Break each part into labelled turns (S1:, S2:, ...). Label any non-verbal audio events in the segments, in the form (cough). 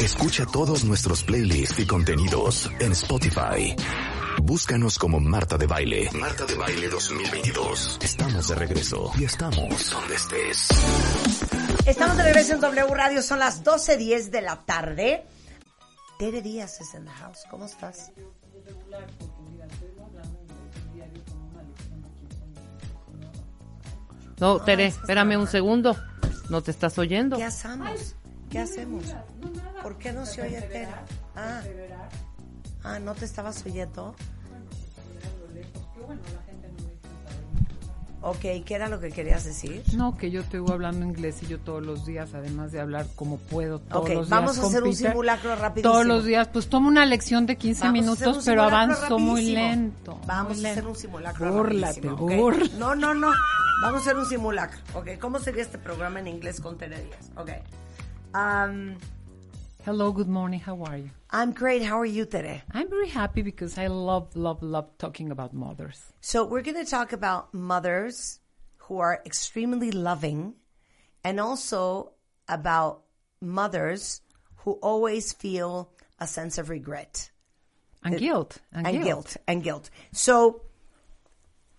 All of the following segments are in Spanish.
S1: Escucha todos nuestros playlists y contenidos en Spotify. Búscanos como Marta de Baile. Marta de Baile 2022. Estamos de regreso y estamos donde estés.
S2: Estamos de regreso en W Radio, son las 12.10 de la tarde. Tere Díaz es en la house, ¿cómo estás?
S3: No, Tere, espérame un segundo. No te estás oyendo.
S2: ¿Qué hacemos? ¿Qué hacemos? ¿Por qué no se oye Tere? Ah, ah, ¿no te estabas oyendo? Ok, ¿qué era lo que querías decir?
S4: No, que yo te voy hablando inglés y yo todos los días, además de hablar como puedo todos
S2: Ok,
S4: los días.
S2: vamos a
S4: con
S2: hacer un
S4: Peter,
S2: simulacro rapidísimo.
S4: Todos los días, pues tomo una lección de
S2: Vamos
S4: 15
S2: a hacer
S4: minutos,
S2: un
S4: pero
S2: simulacro
S4: avanzo muy
S2: rapidísimo.
S4: lento.
S2: Vamos
S4: muy
S2: a hacer
S4: lento.
S2: un simulacro.
S4: Búrlate,
S2: rapidísimo, ¿ok?
S4: burla.
S2: No, no, no. Vamos a hacer un simulacro. Ok, ¿cómo sería este programa en inglés con Tere Díaz? Ok. Um,
S4: Hello, good morning, how are you?
S2: I'm great. How are you, Tere?
S4: I'm very happy because I love, love, love talking about mothers.
S2: So we're going to talk about mothers who are extremely loving and also about mothers who always feel a sense of regret
S4: And guilt. And,
S2: and Eh, guilt, and guilt. So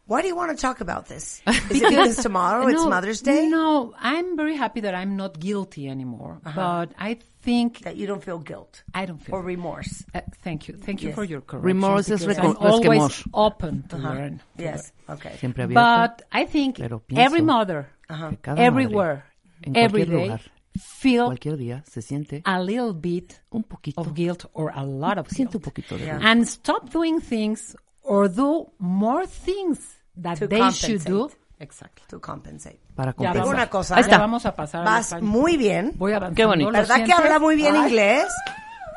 S2: why do you want to talk about this? Is it because tomorrow Oh, it's
S4: No,
S2: Mother's Day?
S4: No, I'm very happy that I'm not guilty anymore, but I think
S2: That you don't feel guilt
S4: I don't feel
S2: or remorse.
S4: Uh, thank you. Thank you
S2: Yes.
S4: for your correction.
S3: Remorse is
S4: because
S3: recon-
S4: I'm always
S3: resquemor.
S4: open to learn. to
S2: Yes. Okay.
S5: Siempre
S4: learn.
S5: abierto.
S4: But I think
S5: Uh-huh. Pero pienso
S4: every mother,
S5: que cada
S4: everywhere,
S5: madre, en
S4: every
S5: cualquier
S4: day,
S5: lugar,
S4: feel
S5: cualquier día, se siente
S4: a little bit
S5: un poquito,
S4: of guilt or a lot of
S5: siente un
S4: guilt.
S5: poquito de
S2: Yeah.
S5: guilt.
S4: And stop doing things or do more things that
S2: To
S4: they should do.
S2: compensate.
S4: Exactly.
S2: To compensate.
S5: para
S4: Ya
S5: compensar.
S2: vamos. una cosa.
S4: ya
S2: Ahí está.
S4: vamos a pasar. al
S2: Vas
S4: español.
S2: muy bien.
S4: Voy avanzando.
S3: Qué bonito.
S4: ¿lo
S2: ¿Verdad que
S4: sientes?
S2: habla muy bien
S4: Ay,
S2: inglés?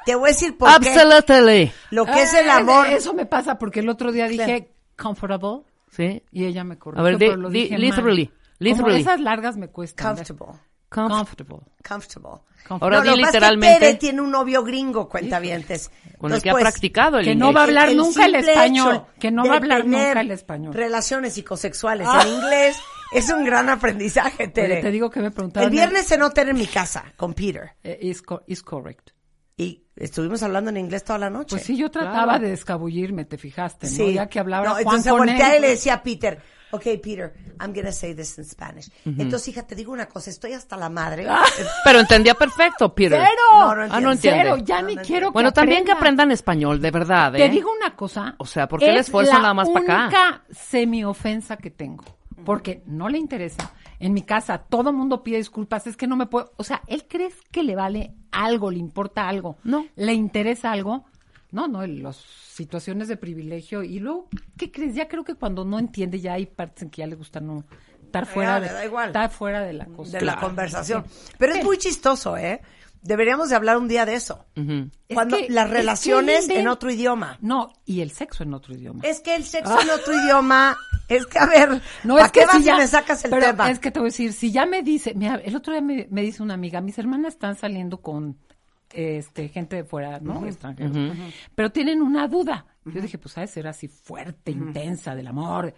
S2: Te voy a decir por qué.
S5: Absolutely.
S2: Lo que es el
S4: ah,
S2: amor.
S4: Eso me pasa porque el otro día dije
S2: Claro.
S4: comfortable
S5: Sí.
S4: y ella me corrigió.
S5: A ver,
S4: pero
S5: di-
S4: lo
S5: di-
S4: dije mal.
S5: literally,
S4: Como
S5: literally.
S4: esas largas me cuestan. ¿eh?
S2: Comfortable.
S4: Comfortable.
S2: Comfortable.
S5: Ahora
S2: No,
S5: di
S2: lo que pasa es que
S5: literalmente
S2: Tere tiene un novio gringo, cuentavientes.
S5: con el
S2: Entonces,
S5: que ha
S2: pues,
S5: practicado el
S4: que no
S5: inglés.
S4: va a hablar nunca el
S2: simple
S4: español,
S2: hecho
S4: que no
S2: de
S4: va a hablar
S2: tener
S4: nunca el español. Ah.
S2: Relaciones psicosexuales en inglés es un gran aprendizaje, Tere.
S4: Oye, te digo que me preguntaron.
S2: El viernes se notó en mi casa con Peter
S4: eh, is, co- is correct.
S2: y estuvimos hablando en inglés toda la noche.
S4: Pues sí, yo trataba de descabullirme, te fijaste, ¿no? Ya que hablaba
S2: No,
S4: Juan
S2: entonces
S4: con
S2: volteaba
S4: él.
S2: y le decía a Peter, ok, Peter, I'm gonna say this in Spanish. Entonces, hija, te digo una cosa, estoy hasta la madre.
S4: Ah.
S3: Pero entendía perfecto, Peter.
S4: ¡Cero!
S2: No, no
S4: Ah,
S2: entiende.
S4: ¡Cero! Ya
S2: No,
S4: ni
S2: no entiende.
S4: quiero que
S3: Bueno, también que
S4: aprendan.
S3: aprendan español, de verdad, ¿eh?
S4: Te digo una cosa.
S3: O sea, ¿por qué le esfuerzan nada más para acá?
S4: Es la única semiofensa que tengo. Porque no le interesa. En mi casa todo mundo pide disculpas. Es que no me puedo... O sea, él cree que le vale algo, le importa algo.
S3: No.
S4: ¿Le interesa algo? No, no, en las situaciones de privilegio. Y luego, ¿qué crees? Ya creo que cuando no entiende ya hay partes en que ya le gusta no... Estar fuera,
S2: Ya,
S4: de,
S2: le Ah, da igual.
S4: estar fuera de la cosa.
S2: de la conversación. Pero es muy chistoso, ¿eh? Deberíamos de hablar un día de eso.
S4: Es
S2: Cuando
S4: que- es
S2: las
S4: que
S2: relaciones
S4: viven-
S2: en otro idioma.
S4: No, y el sexo en otro idioma.
S2: Es que el sexo en otro idioma, es Ah. que a ver,
S4: No,
S2: ¿para
S4: es
S2: qué
S4: que
S2: vas
S4: si
S2: y
S4: ya,
S2: me sacas el
S4: pero
S2: tema?
S4: Es que te voy a decir, si ya me dice, mira, el otro día me, me dice una amiga, mis hermanas están saliendo con este gente de fuera, ¿no? Extranjeros. Pero tienen una duda. Yo dije, pues sabes, ser así fuerte, intensa del amor.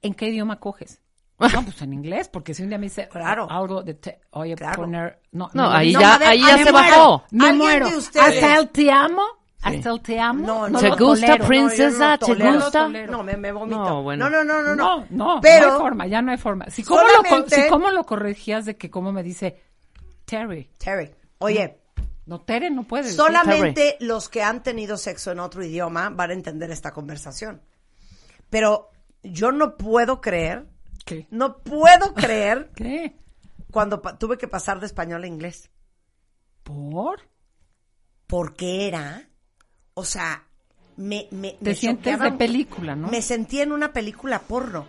S4: ¿En qué
S2: (laughs)
S4: idioma coges? No, pues en inglés, porque si un día me dice "Ah,
S2: Claro.
S4: algo de te, oye,
S2: Claro.
S4: poner, no,
S3: No,
S4: me-
S3: ahí
S2: No,
S3: ya,
S2: a ver,
S3: ahí ya
S2: me
S3: se
S2: muero.
S3: bajó.
S4: me
S2: ¿Alguien
S4: muero.
S2: de ustedes?
S4: Hasta el te amo, hasta el te amo.
S2: No, no,
S3: ¿Te
S2: lo
S3: gusta,
S2: tolero.
S3: princesa?
S2: No, yo
S3: ¿Te
S2: no lo
S3: gusta?
S2: tolero. No, me, me vomito. No,
S3: No, bueno.
S2: no, no, no, no.
S4: No, no,
S2: Pero,
S4: no hay forma, ya no hay forma. Si cómo, lo, co-
S2: solamente-
S4: si cómo lo corregías de que cómo me dice Terry,
S2: Terry, oye,
S4: no Tere no puede decir.
S2: solamente los que han tenido sexo en otro idioma van a entender esta conversación. Pero yo no puedo creer,
S4: ¿Qué?
S2: no puedo creer
S4: ¿Qué?
S2: cuando pa- tuve que pasar de español a inglés.
S4: ¿Por?
S2: Porque era, o sea, me, me,
S4: Te
S2: me
S4: sientes
S2: choqueaba-
S4: de película, ¿no?
S2: Me sentí en una película porno.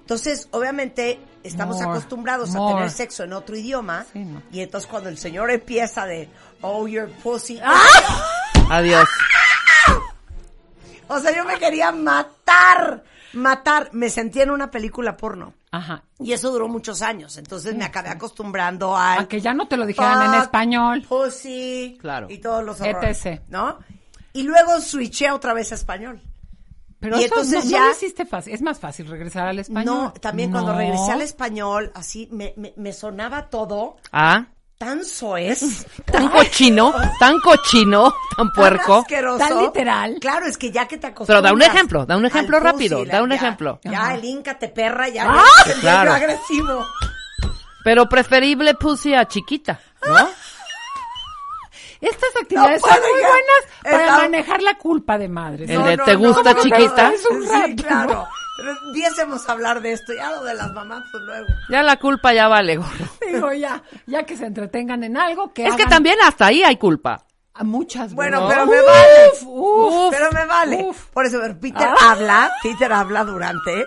S2: Entonces, obviamente, estamos
S4: More,
S2: acostumbrados a
S4: more.
S2: tener sexo en otro idioma.
S4: Sí, no.
S2: Y entonces cuando el señor empieza de, oh, your pussy.
S4: Ah.
S3: Adiós.
S2: O sea, yo me quería matar, matar. Me sentí en una película porno.
S4: Ajá.
S2: Y eso duró muchos años. Entonces me acabé acostumbrando al...
S4: A que ya no te lo dijeran en
S2: fuck,
S4: español.
S2: Pussy.
S3: Claro.
S2: Y todos los horrores.
S4: ETC.
S2: ¿No? Y luego switché otra vez a español.
S4: Pero
S2: Y
S4: eso
S2: entonces
S4: no,
S2: ya-
S4: no lo hiciste fácil. Es más fácil regresar al español.
S2: No, también cuando
S4: No.
S2: regresé al español, así me, me- me sonaba todo
S3: Ah,
S2: tan soez,
S6: Tan cochino, tan cochino, tan (laughs) puerco.
S2: asqueroso.
S4: Tan literal.
S2: Claro, es que ya que te acostumbras.
S6: Pero da un ejemplo, da un
S2: al
S6: ejemplo
S2: fusil,
S6: rápido, da un
S2: ya-
S6: ejemplo.
S2: Ya,
S4: Ajá.
S2: el Inca te perra, ya
S6: Ah,
S2: el
S6: claro.
S2: claro. agresivo.
S6: Pero preferible pussy a chiquita, ¿no?
S4: Estas actividades
S2: No
S4: son
S2: puedo
S4: muy
S2: ya.
S4: buenas para
S2: Está-
S4: manejar la culpa de madres.
S6: El de te gusta
S4: no, no,
S6: chiquita.
S4: es un
S2: Sí,
S4: rato,
S2: claro. Pero Empiecemos a hablar de esto, ya lo de las mamás, pues luego.
S6: Ya la culpa ya vale, gordo.
S4: Digo, ya, ya que se entretengan en algo que
S6: Es que
S4: hagan
S6: también hasta ahí hay culpa.
S4: a muchas
S2: Bueno,
S4: veces.
S2: pero me vale.
S4: Uf, uf.
S2: pero me vale.
S4: uf.
S2: Por eso, pero Peter
S4: Ah.
S2: habla, Peter habla durante.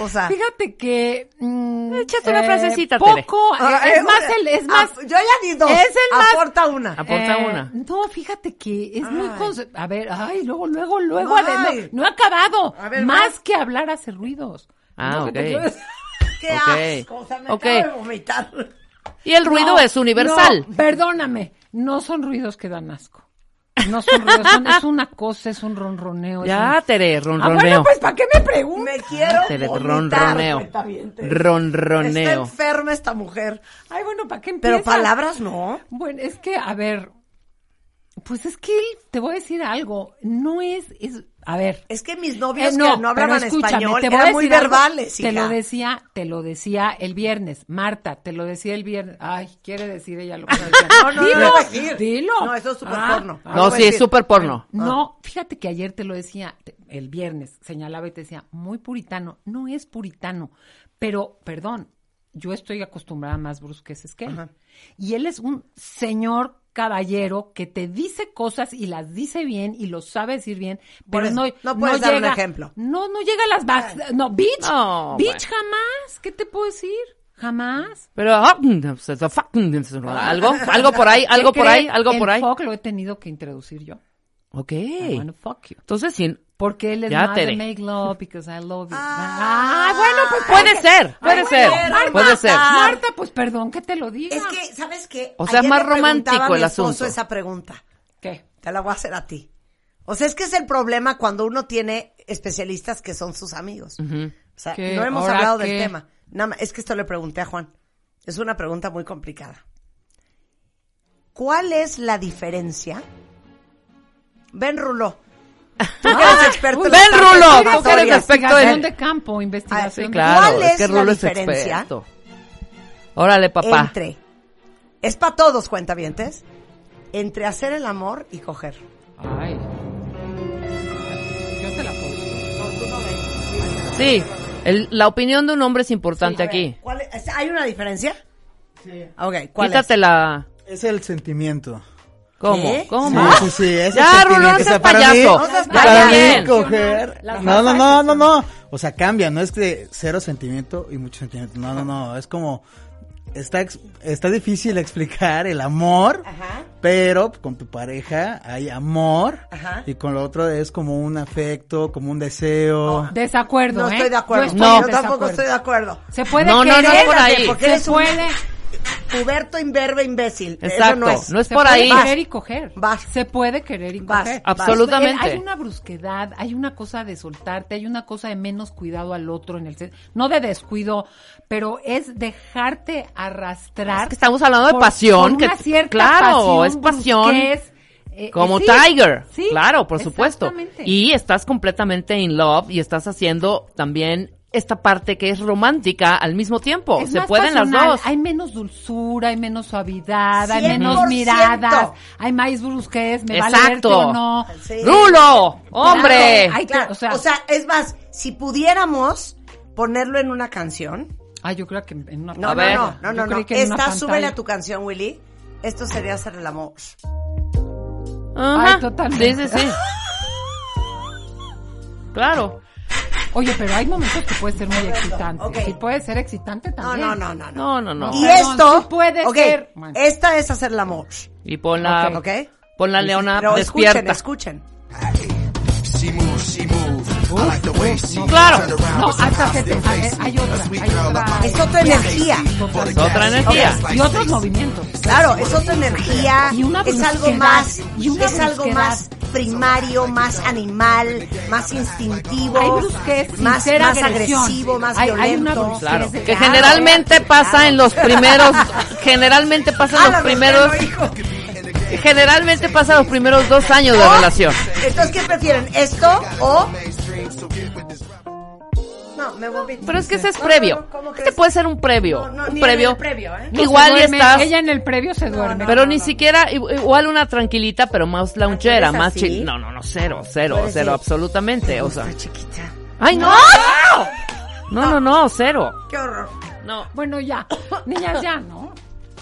S2: O
S4: (laughs)
S2: sea,
S4: Fíjate que mm,
S6: Échate una frasecita, Tere.
S4: poco
S2: ah,
S4: (laughs) es
S2: eh,
S4: más
S2: una-
S4: el es más
S2: ap- yo ya ni dos.
S4: es el más- Ah,
S2: Aporta una.
S6: Aporta una.
S4: No, fíjate que es muy
S2: Ay.
S4: cons- a ver, ay, luego luego luego
S2: Ay.
S4: ale- no, no he acabado.
S2: A ver,
S4: más
S2: vas.
S4: que hablar hace ruidos.
S6: Ah,
S4: No sé,
S6: ok.
S4: te quiero decir-
S2: Qué
S6: Ok.
S2: asco, o sea, me
S6: Ok.
S2: acabo de vomitar.
S6: Y el ruido
S4: No,
S6: es universal.
S4: no, perdóname, no son ruidos que dan asco. No son ruidos, son- es una cosa, es un ronroneo. es
S6: Ya,
S4: un-
S6: Tere,
S4: Ah, bueno,
S6: ronroneo.
S4: pues ¿para qué me preguntas?
S2: Me quiero
S6: Te le-
S2: vomitar.
S6: ronroneo.
S2: cuentavientes. Está
S6: Ronroneo.
S2: enferma esta mujer.
S4: Ay, bueno, ¿para qué empiezas?
S2: Pero palabras no.
S4: Bueno, es que, a ver, pues es que te voy a decir algo, no es, es a ver.
S2: Es que mis novios
S4: Eh,
S2: que
S4: pero
S2: no hablaban
S4: escúchame,
S2: español
S4: te voy a
S2: eran muy
S4: decir algo.
S2: verbales,
S4: Te
S2: hija.
S4: lo decía, te lo decía el viernes, Marta, te lo decía el viernes. Ay, quiere decir ella
S2: (laughs)
S4: lo que
S2: No, no, no,
S4: dilo,
S2: no voy a decir.
S4: dilo.
S2: No, eso es súper
S4: Ah,
S2: porno.
S4: ah,
S2: lo
S6: No,
S2: voy a
S6: sí, es
S2: decir.
S6: súper porno.
S2: Ah.
S4: No, fíjate que ayer te lo decía te- el viernes, señalaba y te decía, muy puritano, no es puritano, pero perdón, yo estoy acostumbrada a más brusqueces que él. Y él es un señor caballero que te dice cosas y las dice bien y lo sabe decir bien,
S2: Por
S4: pero
S2: eso,
S4: no,
S2: no puedes dar un
S4: llega-
S2: ejemplo. Ah.
S4: No, no llega a las bajas, no, bitch,
S6: No,
S4: bitch jamás, ¿qué te puedo decir? Jamás.
S6: Pero ah, mm, algo, algo por ahí, algo
S4: ¿Qué
S6: por ahí,
S4: creen?
S6: algo por
S4: El
S6: ahí.
S4: fuck lo he tenido que introducir yo.
S6: Ok.
S4: I wanna fuck you.
S6: Entonces, sí,
S4: Porque él es
S6: Ya,
S4: más
S6: Tere.
S4: de make love because I love you.
S2: Ah.
S4: Ah, bueno, pues
S6: puede
S4: porque-
S6: ser, puede
S4: Ay,
S6: ser,
S4: bueno, Marta,
S6: puede ser.
S4: Marta, pues perdón que te lo diga.
S2: Es que, ¿sabes qué?
S6: O sea, es
S2: Ayer
S6: más
S2: le preguntaba
S6: romántico
S2: a mi
S6: el
S2: esposo
S6: asunto.
S2: esa pregunta.
S4: ¿Qué?
S2: Te la voy a hacer a ti. O sea, es que es el problema cuando uno tiene especialistas que son sus amigos. O sea,
S4: ¿Qué?
S2: no hemos
S4: ¿Ahora
S2: hablado
S4: qué?
S2: del tema. Nada más, es que esto le pregunté a Juan. Es una pregunta muy complicada. ¿Cuál es la diferencia? Ben Ruló. Tú que eres experto en
S6: ven,
S2: estas
S6: Ah, Rulo, tú
S2: investigatorias.
S6: que eres experto
S4: Investigación
S6: en-
S4: de campo,
S2: Ah,
S4: investigación.
S2: sí,
S4: de-
S6: claro,
S2: ¿Cuál
S6: es,
S2: es
S6: que
S2: la
S6: Rulo es
S2: diferencia?
S6: experto. Órale, papá.
S2: Entre. Es para todos, cuentavientes. Entre hacer el amor y coger.
S4: Ay. Yo te la puedo decir.
S6: Sí, el- la opinión de un hombre es importante aquí.
S2: ¿Cuál es- ¿Hay una diferencia? Sí. Ok, ¿cuál es?
S6: Quítate la...
S5: Es el sentimiento.
S6: ¿Cómo?
S2: ¿Eh?
S6: ¿Cómo?
S5: Sí, sí, sí. Es
S6: ya,
S5: el sentimiento.
S6: Rulo, no
S5: O
S6: seas
S5: sea, para
S6: payaso.
S5: Mí,
S2: No seas
S5: para mí
S2: payaso.
S5: coger...
S4: Las
S5: No, no,
S4: masas
S5: no,
S4: que
S5: no,
S4: son-
S5: no. O sea, cambia. No es que cero sentimiento y mucho sentimiento. No, no, no. Es como... Está, ex- está difícil explicar el amor,
S2: Ajá.
S5: pero con tu pareja hay amor
S2: Ajá.
S5: y con lo otro es como un afecto, como un deseo.
S4: Desacuerdo,
S2: No
S4: ¿eh?
S2: estoy de acuerdo.
S4: Yo
S6: No.
S4: en
S2: Yo tampoco
S4: desacuerdo.
S2: estoy de acuerdo.
S4: Se puede
S6: No, no, no,
S4: querer,
S6: por ahí.
S2: Porque
S4: Se
S2: eres un-
S4: puede.
S2: Puberto, imberbe, imbécil.
S6: Exacto,
S2: Eso no es.
S6: no es
S4: se
S6: por
S4: puede
S6: ahí.
S4: querer y coger.
S2: Vas.
S4: Se puede querer y
S2: Vas.
S4: coger.
S6: Absolutamente.
S4: eh, Hay una brusquedad, hay una cosa de soltarte, hay una cosa de menos cuidado al otro en el sen- no de descuido, pero es dejarte arrastrar.
S6: Es que estamos hablando de
S4: por-
S6: pasión,
S4: por una
S6: que-
S4: cierta
S6: claro,
S4: pasión,
S6: es pasión.
S4: brusquez, eh,
S6: Como
S4: sí,
S6: Tiger.
S4: sí,
S6: claro, por supuesto.
S4: exactamente.
S6: Y estás completamente in love y estás haciendo también esta parte que es romántica al mismo tiempo.
S4: Es
S6: Se
S4: más
S6: pueden
S4: pasional,
S6: las dos.
S4: Hay menos dulzura, hay menos suavidad, hay
S2: 100%.
S4: menos miradas, hay más brusquez, me vale verte
S6: Exacto.
S4: o no.
S2: Sí.
S6: Rulo, hombre.
S4: Claro, hay que-
S2: Claro,
S4: o sea-
S2: es más, si pudiéramos ponerlo en una canción.
S4: Ah, yo creo que en una
S2: No, no,
S6: A ver.
S2: no, no,
S4: Yo
S2: no,
S4: creí
S2: no.
S4: que en una
S2: Esta,
S4: pantalla.
S2: súbele a tu canción, Willy. Esto sería hacer el amor.
S6: Ajá.
S4: Ay, totalmente.
S6: Sí, sí, sí. claro.
S4: Oye, pero hay momentos que puede ser muy excitante.
S2: ok.
S4: Sí puede ser excitante
S2: No,
S4: también.
S2: no, no, no, no.
S6: No, no, no.
S2: Y
S4: Perdón,
S2: esto,
S4: sí puede
S2: ok,
S4: ser. Bueno.
S2: esta es hacer el amor,
S6: Y pon la,
S2: ¿ok?
S6: pon la leona
S2: Pero
S6: despierta.
S2: escuchen, escuchen.
S7: She moves, she moves. I like the way she
S6: Claro.
S7: turn around
S4: No,
S7: with some
S4: hasta
S7: hot
S4: se te-
S7: stiff
S4: hay-
S7: face.
S4: hay otra,
S7: A sweet
S4: hay
S7: girl,
S4: otra.
S7: I'm
S2: Es otra energía.
S7: for the
S6: Es otra
S7: gas.
S6: energía.
S7: Gas like
S4: Y otros
S7: face.
S4: movimientos.
S2: Claro, es otra energía,
S4: Y una
S2: es algo
S4: brusquedad,
S2: más,
S4: y una
S2: es algo
S4: brusquedad.
S2: más primario, más animal, más instintivo,
S4: Hay brusquez,
S2: más,
S4: sincera
S2: más
S4: agresión.
S2: agresivo, más
S4: Hay- hay una
S2: violento.
S4: brusquez.
S6: Claro,
S4: Sí,
S6: que
S2: claro,
S6: generalmente pasa en
S2: (laughs)
S6: los primeros, generalmente pasa en
S2: Ah,
S6: los
S2: la
S6: primeros,
S2: bestia, no, hijo.
S6: generalmente pasa en los primeros dos años de
S2: ¿No?
S6: relación.
S2: Entonces, ¿qué prefieren? ¿Esto o...? No, me voy
S6: Pero es que ese es
S2: No, no,
S6: previo.
S2: no, ¿cómo
S6: Este
S2: crees?
S6: puede ser un previo,
S2: No, no,
S6: un
S2: ni en
S6: previo.
S2: el previo, ¿eh?
S4: No se
S6: Igual ya
S4: duerme.
S6: estás,
S4: Ella en el previo se duerme.
S6: pero ni siquiera, i- igual una tranquilita, pero más
S2: ¿tú
S6: loungera,
S2: eres
S6: más
S2: ¿Ah, así?
S6: chill. No, no, no, cero, cero,
S2: eres
S6: cero,
S2: de-
S6: absolutamente. O sea,
S2: chiquita.
S6: ay no, no, no, no, cero.
S2: Qué horror.
S6: No.
S4: Bueno, ya. (laughs) Niñas, ya, ¿no?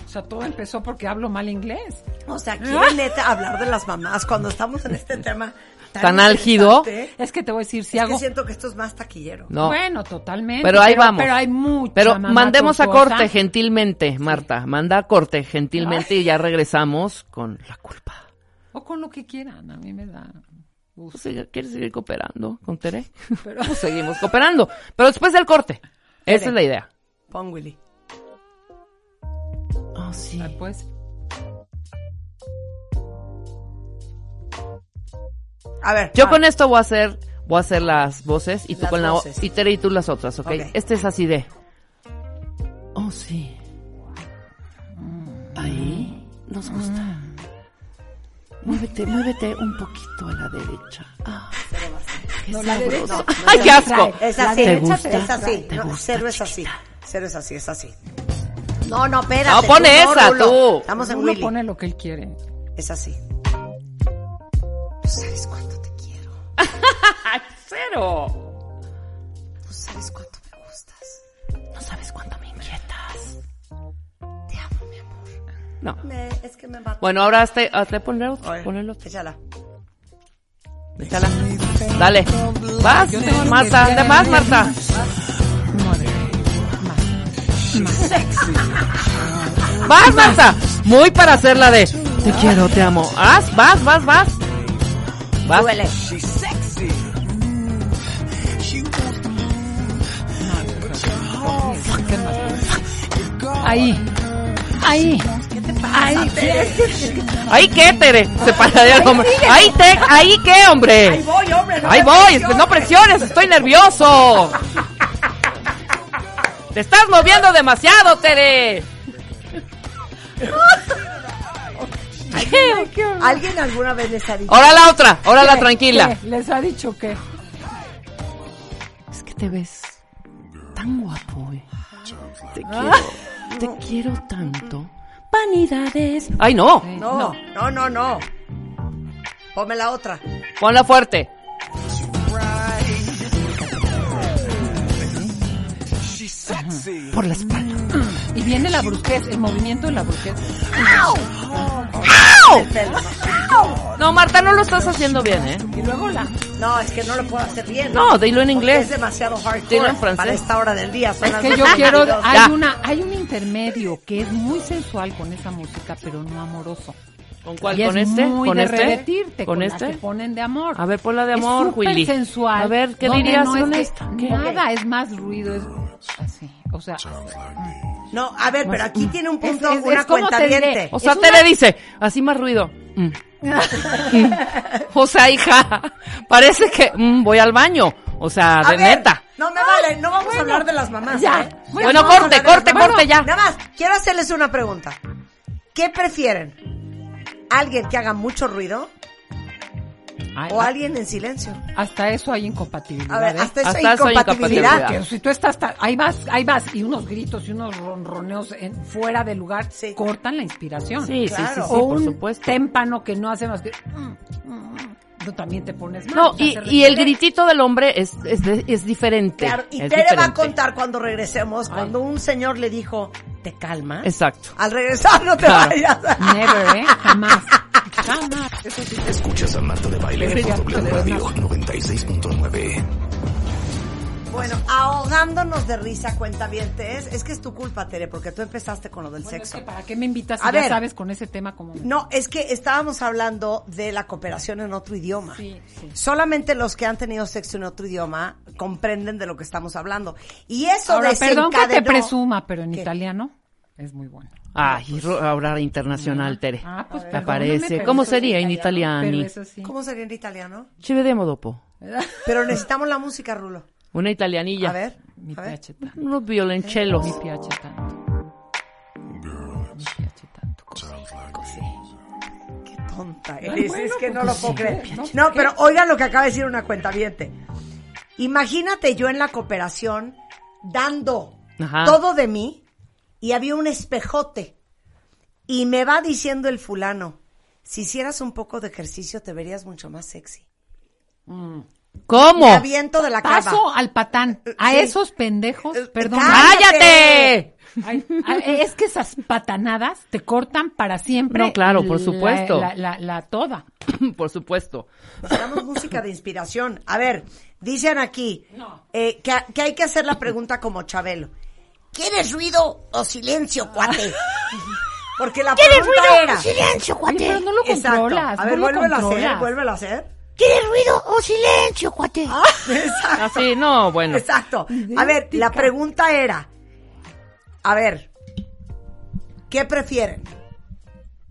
S4: O sea, todo empezó porque hablo mal inglés.
S2: O sea,
S6: ¿Ah?
S2: quieren neta hablar de las mamás cuando estamos en este tema tan,
S6: Tan álgido.
S2: interesante?
S4: Es que te voy a decir, si
S2: ¿Eh? Es que
S4: hago...
S2: siento que esto es más taquillero.
S6: No.
S4: Bueno, totalmente.
S6: Pero ahí vamos.
S4: Pero hay mucha
S6: Pero
S4: mamá
S6: mandemos a
S4: tortuosa.
S6: corte gentilmente, Marta. Manda a corte gentilmente y ya regresamos con la culpa.
S4: O con lo que quieran, a mí me da gusto.
S6: Pues, oiga, ¿Quieres seguir cooperando con Tere?
S4: Pero-
S6: Pues (laughs) seguimos cooperando. Pero después del corte. Esa es la idea.
S2: Pon Willy.
S6: Oh, sí.
S4: Ah, Pues,
S2: A ver.
S6: Yo
S2: va.
S6: con esto voy a hacer, voy a hacer Ah. las voces y tú
S2: Las
S6: con la o-
S2: voces.
S6: y Tere y tú las otras, ¿ok?
S2: Ok.
S6: Este es así de. Oh sí. Mm. Ahí nos gusta. Muévete, muévete un poquito a la derecha. Ah, qué sabroso. ¡Ay, qué asco!
S2: Es así.
S6: ¿Te gusta?
S2: Es así.
S6: ¿Te
S2: No,
S6: gusta,
S2: cero es así. Cero es así, es así. No, no, espérate.
S6: No, pon
S2: tú
S6: esa,
S2: Rulo.
S6: tú.
S2: Estamos en
S4: uno
S2: Willy.
S4: pone lo que él quiere.
S2: Es así. Tú sabes cuánto te quiero.
S6: ¡Ay, cero!
S2: Tú sabes cuánto me gustas.
S6: No sabes cuánto me inquietas.
S2: Te amo, mi amor.
S6: No.
S2: Me- es que me mato.
S6: Bueno, ahora hazte, hazte poner
S2: A
S6: otro,
S2: ver,
S6: ponle el otro.
S2: Échala.
S6: Échala. Dale. Vas, Marta, anda más, Marta. Vas, Marta. Muy para hacer la de te quiero, te amo. Vas, vas, vas, vas. Vas.
S2: Duele.
S4: Ahí. Ahí. Ahí.
S6: Ahí qué, Tere. Se para de algo. Ahí te, ahí qué, hombre.
S2: Voy, hombre.
S6: Ahí voy. No presiones, estoy nervioso. Te estás moviendo demasiado, Tere.
S2: ¿Alguien alguna vez les ha dicho?
S6: Ahora la otra, ahora la tranquila.
S4: ¿Qué? Les ha dicho que.
S6: Es que te ves tan guapo, eh. Te quiero, te quiero tanto. Vanidades. Ay, no.
S2: No, no, no, no. Ponme la otra.
S6: Ponla fuerte. Por la espalda.
S4: Y viene la brusquez, el movimiento de la brusquez.
S6: No, Marta, no lo estás haciendo bien, ¿eh?
S4: Y luego la.
S2: No, es que no lo puedo hacer bien.
S6: No, dilo en
S2: Porque
S6: inglés.
S2: Es demasiado
S6: Dilo
S2: hardcore
S6: en francés.
S2: para esta hora del día. Son
S4: Es
S2: las
S4: que yo
S2: 12.
S4: quiero.
S6: Ya.
S4: Hay, una, hay un intermedio que es muy sensual con esa música, pero no amoroso.
S6: ¿Con cuál?
S4: Y
S6: ¿Con
S4: es
S6: este?
S4: muy
S6: ¿Con
S4: de
S6: este?
S4: revertirte,
S6: ¿Con
S4: con la que
S6: este?
S4: ponen de amor.
S6: A ver, ponla de amor,
S4: es súper
S6: Willy.
S4: sensual.
S6: A ver, ¿qué
S4: donde
S6: dirías
S4: no es
S6: con
S4: que-
S6: esta? ¿Qué?
S4: Nada, es más ruido, es así. O sea,
S2: No, a ver, pero aquí tiene un punto
S4: Es- es-
S2: una
S4: es como
S2: cuenta
S4: te diré.
S2: diente.
S6: O sea,
S4: Es
S6: Tere
S4: una-
S6: dice, así más ruido.
S4: (laughs)
S6: Mm. Mm. O sea, hija, parece que mm, voy al baño. O sea, de neta.
S2: No me vale, no vamos a hablar de las mamás.
S4: ya.
S2: ¿eh?
S4: Bueno,
S2: vamos
S6: Bueno,
S2: a
S6: corte,
S2: hablar de
S6: corte,
S2: las mamás.
S6: corte ya.
S2: Nada más, quiero hacerles una pregunta. ¿Qué prefieren? ¿Alguien que haga mucho ruido
S4: ay,
S2: o alguien en silencio?
S4: hasta eso hay
S2: A
S4: incompatibilidad.
S2: ver,
S4: ¿eh?
S2: hasta eso hay
S6: Hasta eso hay
S2: incompatibilidad.
S6: incompatibilidad.
S4: Pero si tú estás, ta- ahí vas, ahí vas, y unos gritos y unos ronroneos en- fuera de lugar,
S2: Sí.
S4: cortan la inspiración.
S6: Sí, sí,
S2: Claro.
S6: sí, sí,
S4: o
S6: por
S4: un
S6: supuesto.
S4: témpano que no hace más que... mm, mm, mm, Tú también te pones mal.
S6: No,
S4: o sea, te
S6: y, y el
S4: requiere-
S6: gritito del hombre es, es, de- es diferente.
S2: Claro, y
S6: es
S2: Tere va a
S6: diferente.
S2: contar cuando regresemos, cuando un señor le dijo, ¿te calmas?
S6: Exacto.
S2: Al regresar no te
S6: Claro.
S2: vayas. (laughs)
S4: Never, ¿eh? Jamás. Jamás. Eso sí.
S1: Escuchas a Marta de Baile por W Radio 96.9.
S2: Bueno, ahogándonos de risa, cuenta bien, es, es que es tu culpa, Tere, porque tú empezaste con lo del
S4: Bueno, es
S2: sexo.
S4: que ¿Para qué me invitas si
S2: A
S4: ya
S2: ver.
S4: sabes con ese tema como...
S2: No, es que estábamos hablando de la cooperación en otro idioma.
S4: Sí, sí.
S2: Solamente los que han tenido sexo en otro idioma comprenden de lo que estamos hablando. Y eso
S4: Ahora,
S2: desencadenó...
S4: perdón que te presuma, pero en
S2: ¿Qué?
S4: italiano Es muy bueno.
S6: Ay, ro- ahora internacional, Tere.
S4: Ah, pues
S6: Te
S4: perdóname,
S6: aparece.
S4: pero
S6: ¿Cómo
S4: eso-
S6: sería en
S4: Pero
S6: italiani?
S4: eso sí.
S2: ¿Cómo sería en italiano?
S6: Chive de modopo.
S2: Pero necesitamos la música, Rulo.
S6: Una
S2: A
S6: italianilla.
S2: ver,
S4: Mi
S2: a ver.
S4: piace tanto.
S6: Unos violonchelos.
S4: Mi piace tanto. Mi piace tanto. Così, così.
S2: Qué tonta eres,
S4: bueno,
S2: es que no
S4: pues
S2: lo
S4: sí,
S2: puedo creer.
S4: piace tanto.
S2: No, pero oigan lo que acaba de decir una cuenta Imagínate yo en la cooperación dando
S6: Ajá.
S2: todo de mí y había un espejote y me va diciendo el fulano, si hicieras un poco de ejercicio te verías mucho más sexy.
S6: ¿Cómo?
S2: Me aviento de la cama.
S4: Paso al patán. A
S2: Sí.
S4: esos pendejos,
S2: Eh,
S4: perdón.
S6: ¡Cállate!
S4: Ay, ay, es que esas patanadas te cortan para siempre.
S6: No, claro, por supuesto.
S4: La, la- la toda.
S6: Por supuesto.
S2: Necesitamos Pues música de inspiración. A ver, dicen aquí eh, que, que hay que hacer la pregunta como Chabelo. ¿Quieres ruido o
S4: Ah.
S2: silencio, cuate? Porque la pregunta era...
S8: Silencio,
S4: Oye,
S8: cuate.
S4: pero no lo
S2: Exacto.
S4: controlas.
S2: A ver,
S4: no lo
S2: vuélvelo a hacer,
S4: controlas.
S2: vuélvelo a hacer.
S8: ¿Quieres ruido o silencio, cuate?
S2: Ah, exacto.
S4: (laughs)
S6: Así, no, bueno.
S2: Exacto. A ver, la pregunta era, a ver, ¿qué prefieren?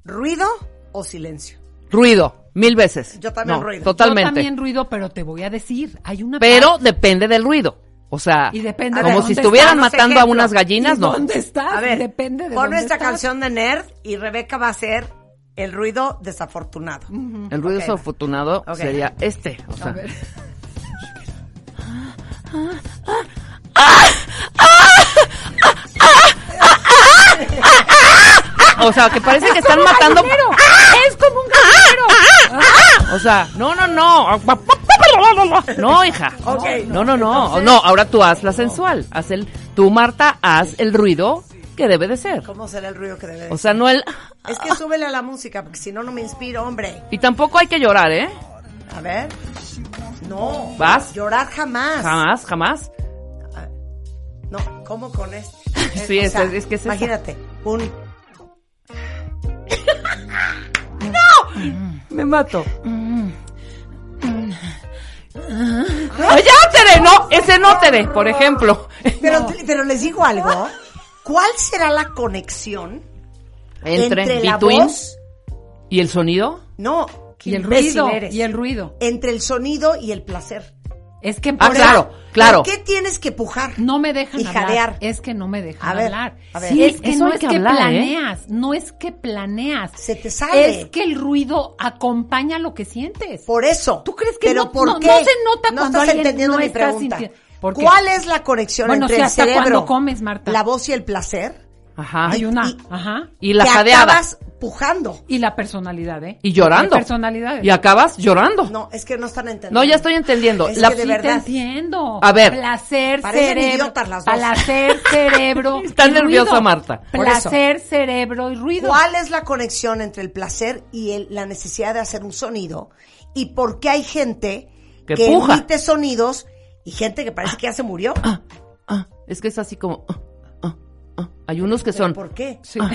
S2: ¿Ruido o silencio?
S6: Ruido, mil veces.
S2: Yo también
S6: No,
S2: ruido.
S4: Yo también
S6: Totalmente.
S4: ruido, pero te voy a decir, hay una
S6: Pero
S4: parte-
S6: depende del ruido. O sea,
S4: y depende
S2: A
S4: de
S6: como
S4: dónde
S6: si estuvieran
S2: están los
S6: matando a
S2: ejemplos.
S6: unas gallinas,
S4: ¿Y
S6: no.
S4: ¿Dónde estás?
S2: A ver,
S4: depende de
S2: pon
S4: dónde
S2: esta
S4: estás.
S2: canción de Nerd y Rebeca va a hacer el ruido desafortunado.
S6: El ruido
S2: Ok.
S6: desafortunado
S2: Ok.
S6: sería este. O sea, o sea, que parece que están matando.
S4: Es como un gallinero.
S6: O sea, no, no, no. No, hija.
S2: Ok.
S6: No, no, no. no, ahora tú haz la sensual. Haz el, tú, Marta, haz el ruido que debe de ser.
S2: ¿Cómo será el ruido que debe de
S6: O sea, no el.
S2: ser? Es que súbele a la música, porque si no, no me inspiro, hombre.
S6: Y tampoco hay que llorar, ¿eh?
S2: A ver. No.
S6: ¿Vas?
S2: Llorar jamás.
S6: Jamás, jamás.
S2: No, ¿cómo con este?
S6: Sí, es- es- es que es esa.
S2: Imagínate, un...
S6: Me mato. ¡Ay, Pues ya, Tere! No, ese no, Tere, por ejemplo.
S2: Pero, pero les digo algo. ¿Cuál será la conexión entre,
S6: Entre,
S2: la
S6: between
S2: voz...
S6: y el sonido.
S2: No, qué
S4: Y el
S2: imbécil
S4: ruido.
S2: eres.
S4: Y el ruido.
S2: Entre el sonido y el placer.
S4: Es que
S6: Ah,
S4: por
S6: claro,
S4: eso
S6: claro.
S2: ¿Por qué tienes que pujar?
S4: No me dejan
S2: Y
S4: hablar.
S2: jadear.
S4: Es que no me dejan
S2: A ver,
S4: hablar.
S2: a ver.
S4: Sí,
S6: Es
S4: es
S6: que
S4: que
S6: eso
S4: no
S6: hay
S4: es
S6: que
S4: que,
S6: hablar, ¿eh?
S4: planeas, no es que planeas.
S2: Se te sale.
S4: Es que el ruido acompaña lo que sientes.
S2: Por eso.
S4: ¿Tú crees que
S2: Pero
S4: no-
S2: por
S4: no-
S2: qué
S4: no se nota
S2: no
S4: cuando
S2: estás
S4: alguien
S2: entendiendo
S4: no
S2: mi
S4: está
S2: pregunta?
S4: sintiendo? ¿Por qué?
S2: ¿Cuál es la conexión
S4: Bueno,
S2: entre
S4: sí,
S2: el
S4: hasta
S2: cerebro,
S4: cuando comes, Marta.
S2: la voz y el placer?
S6: Ajá.
S4: Hay una,
S2: y-
S4: ajá.
S6: Y la
S2: que
S6: jadeada.
S2: acabas pujando.
S4: Y la personalidad, ¿eh?
S6: Y llorando.
S4: La personalidad.
S6: Y acabas llorando.
S2: No, es que no están entendiendo.
S6: No, ya estoy entendiendo.
S2: Es
S6: La-
S2: que de
S4: Sí,
S2: verdad.
S4: te entiendo.
S6: A ver.
S4: Placer,
S2: Parecen
S4: cerebro.
S2: idiotas las dos.
S4: (laughs) Placer, cerebro.
S6: Estás
S4: y ruido.
S6: nerviosa, Marta.
S2: Por eso.
S4: Placer, cerebro y ruido.
S2: ¿Cuál es la conexión entre el placer y el- la necesidad de hacer un sonido? ¿Y por qué hay gente
S6: Que
S2: que,
S6: puja.
S2: emite sonidos y gente que parece que ya se murió?
S6: Ah, es que es así como. ah, ah, ah. Hay unos que son.
S2: ¿Por qué?
S4: Ah.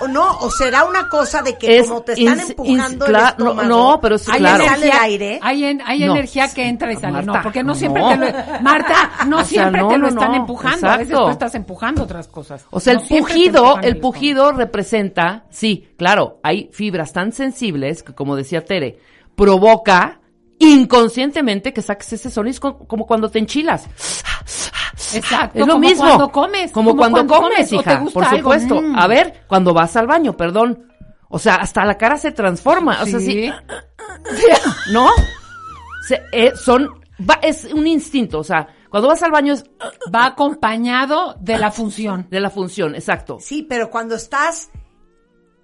S2: O no, o será una cosa de que
S6: Es
S2: como te están
S6: ins-
S2: empujando
S6: ins-
S2: el
S6: cla-
S2: estómago,
S6: no, no, pero sí,
S2: ahí
S6: claro.
S2: le sale el aire.
S4: Hay, en- hay
S6: No.
S4: energía que entra y
S6: Ah,
S4: sale.
S6: Marta,
S4: no, porque no siempre
S6: no.
S4: te lo. Marta, no
S6: O sea,
S4: siempre
S6: no,
S4: te lo
S6: no,
S4: están
S6: no,
S4: empujando. A veces
S6: exacto.
S4: tú estás empujando otras cosas.
S6: O sea,
S4: No
S6: el
S4: siempre te
S6: pujido,
S4: empujan
S6: el
S4: estómago.
S6: pujido representa, sí, claro, hay fibras tan sensibles que, como decía Tere, provoca inconscientemente que saques ese sonido, es co- como cuando te enchilas.
S4: Exacto.
S6: Es lo
S4: como
S6: mismo.
S4: cuando comes.
S6: Como, cuando, comes,
S4: o
S6: hija,
S4: te gusta
S6: por
S4: algo.
S6: supuesto.
S4: Mm.
S6: A ver, cuando vas al baño, perdón. O sea, hasta la cara se transforma. O sea, sí.
S4: Sí.
S6: (laughs) ¿No? Se- eh, son, va- es un instinto. O sea, cuando vas al baño es ah,
S4: Va acompañado de la función.
S6: de la función, exacto.
S2: Sí, pero cuando estás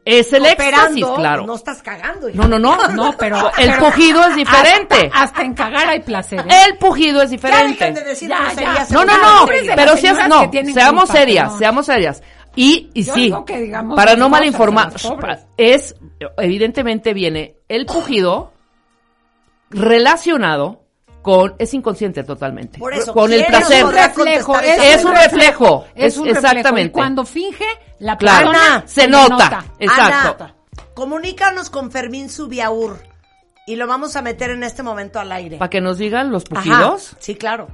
S6: Es el éxtasis,
S2: operando,
S6: claro.
S2: no estás cagando. hija.
S6: No, no, no,
S4: No, pero.
S6: (laughs) el
S4: pero
S6: pujido es diferente.
S4: Hasta, hasta en cagar hay placer. ¿eh?
S6: El pujido es
S2: Ya dejen de
S6: diferente.
S2: decir
S4: Ya,
S2: groserías
S4: ya.
S6: No,
S2: en
S6: no,
S2: una
S6: no,
S4: eres
S2: serie.
S4: de
S6: pero
S4: las
S6: si es,
S4: señoras
S6: no,
S4: que tienen
S6: seamos
S4: culpa,
S6: serias,
S4: perdón.
S6: seamos serias. Y, y
S4: Yo
S6: sí,
S4: digo que digamos
S6: para
S4: las
S6: no
S4: cosas a
S6: malinformar,
S4: los pobres.
S6: es, evidentemente viene el pujido relacionado con, es inconsciente totalmente,
S2: Por eso,
S6: con el
S2: ¿quién
S6: placer.
S2: nos podrá (laughs) contestar esa
S6: es un
S2: pregunta?
S6: reflejo,
S4: Es un reflejo.
S6: exactamente.
S4: Y cuando finge, la
S6: Claro.
S4: persona
S6: Ana, se
S4: le
S6: nota. Exacto.
S2: Ana, comunícanos con Fermín Subiaur y lo vamos a meter en este momento al aire.
S6: Para que nos digan los
S2: Ajá,
S6: pujidos,
S2: Sí, claro.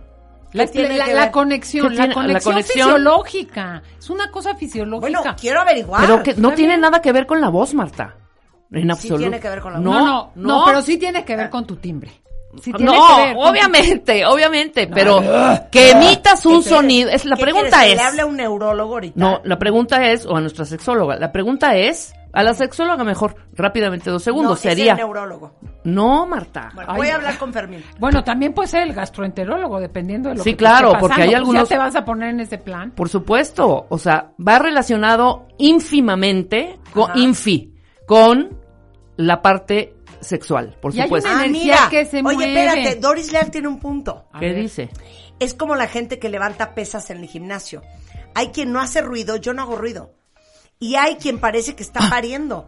S4: La,
S2: ¿Qué tiene
S4: la-
S2: que
S4: la
S2: ver?
S4: conexión,
S6: ¿Qué
S4: la
S6: tiene- la
S4: conexión,
S6: conexión?
S4: fisiológica. Es una cosa fisiológica.
S2: Bueno, quiero averiguar.
S6: Pero que no
S4: está
S6: tiene nada que ver con la voz, Marta. En absoluto.
S2: tiene que ver con la
S4: no,
S6: No,
S4: no, no, pero sí tiene que ver con tu timbre. Sí tiene
S6: No,
S4: que ver con-
S6: obviamente, obviamente, pero que emitas un
S4: Este,
S6: sonido. Es, la
S2: ¿Qué
S6: pregunta
S2: quieres, que
S6: es.
S2: Le hable a un neurólogo ahorita.
S6: No, la pregunta es, o a nuestra sexóloga, la pregunta es, a la sexóloga mejor, rápidamente, dos segundos,
S2: No,
S6: sería.
S2: Es el neurólogo.
S6: No, Marta. Ah,
S2: Bueno,
S6: Ay,
S2: voy a hablar con Fermín.
S4: Bueno, también puede ser el gastroenterólogo, dependiendo de lo
S6: Sí,
S4: que te
S6: claro,
S4: esté
S6: porque
S4: pasando.
S6: hay
S4: Pues
S6: algunos-
S4: Ya te vas a poner en ese plan.
S6: Por supuesto, o sea, va relacionado ínfimamente, con, infi, con la parte sexual, por
S4: Y hay
S6: supuesto.
S4: una- energía que se
S2: Ah, Oye,
S4: mueve.
S2: espérate, Doris Leal tiene un punto.
S4: A
S6: ¿Qué
S4: ver.
S6: dice?
S2: Es como la gente que levanta pesas en el gimnasio. Hay quien no hace ruido, yo no hago ruido. Y hay quien parece que
S6: Ah.
S2: está pariendo.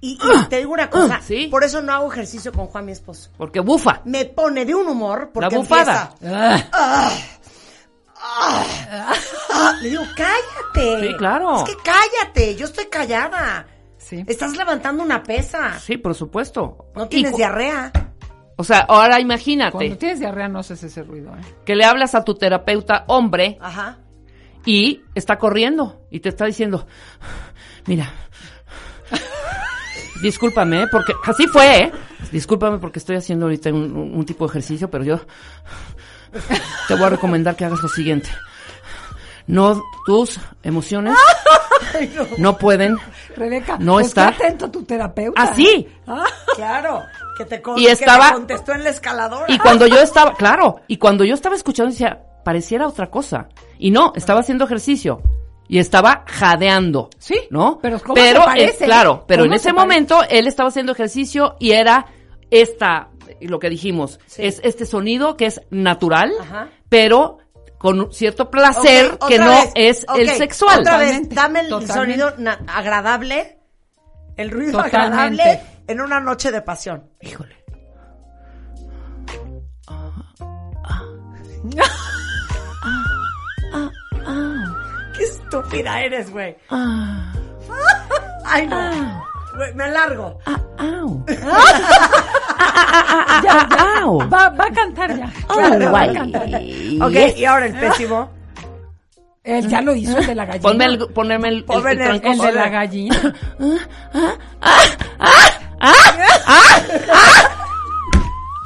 S2: Y, y te digo una cosa,
S6: Sí.
S2: por eso no hago ejercicio con Juan, mi esposo.
S6: Porque bufa.
S2: Me pone de un humor porque
S6: La bufada.
S2: empieza.
S4: Ah,
S2: Le digo, cállate.
S6: Ah. Sí, claro.
S2: Es que cállate, yo estoy callada.
S4: Sí.
S2: Estás levantando una pesa.
S6: Sí, por supuesto.
S2: No
S6: Y
S2: tienes
S6: cu-
S2: diarrea.
S6: O sea, ahora imagínate
S4: Cuando tienes diarrea no haces ese ruido, ¿eh?
S6: que le hablas a tu terapeuta hombre
S2: Ajá.
S6: y está corriendo y te está diciendo, mira, discúlpame, ¿eh? porque así fue, ¿eh? discúlpame porque estoy haciendo ahorita un, un- un tipo de ejercicio, pero yo te voy a recomendar que hagas lo siguiente. No, tus emociones no pueden.
S4: Rebeca,
S6: No
S4: pues,
S6: está. ¿Ah,
S4: qué atento tu terapeuta. Ah,
S6: Así.
S2: Claro. Que te, con-
S6: Y
S2: que te
S6: estaba-
S2: contestó en la escaladora.
S6: Y cuando yo estaba, claro, y cuando yo estaba escuchando decía, pareciera otra cosa. Y no, estaba haciendo ejercicio. Y estaba jadeando.
S4: Sí,
S6: ¿No?
S4: pero ¿cómo
S6: Pero,
S4: se parece?
S6: eh, claro, pero en
S4: ¿Cómo
S6: ese
S4: se parece?
S6: momento él estaba haciendo ejercicio y era esta, lo que dijimos, es este sonido que es natural,
S2: Ajá.
S6: pero con cierto placer
S2: Ok,
S6: que
S2: otra
S6: no
S2: vez,
S6: es el
S2: ok,
S6: sexual.
S2: Otra vez,
S4: Totalmente,
S2: dame el
S4: totalmente.
S2: sonido na- agradable, el ruido
S4: Totalmente.
S2: agradable en una noche de pasión.
S6: Híjole.
S2: Qué estúpida eres, güey.
S6: Ah,
S2: Ay, no. Güey, me largo.
S6: Ah,
S4: (laughs)
S6: au. Ah, ah, ah, ah, au.
S4: Va, va a cantar ya.
S6: Oh,
S4: va a
S6: guay.
S4: cantar ya.
S2: ok, y ahora
S6: Ah.
S2: el pésimo.
S4: Él ya lo hizo el de la gallina.
S6: Ponme el, poneme el, el-
S2: Ponme
S6: el
S2: el-
S6: trancoso.
S4: El de la gallina.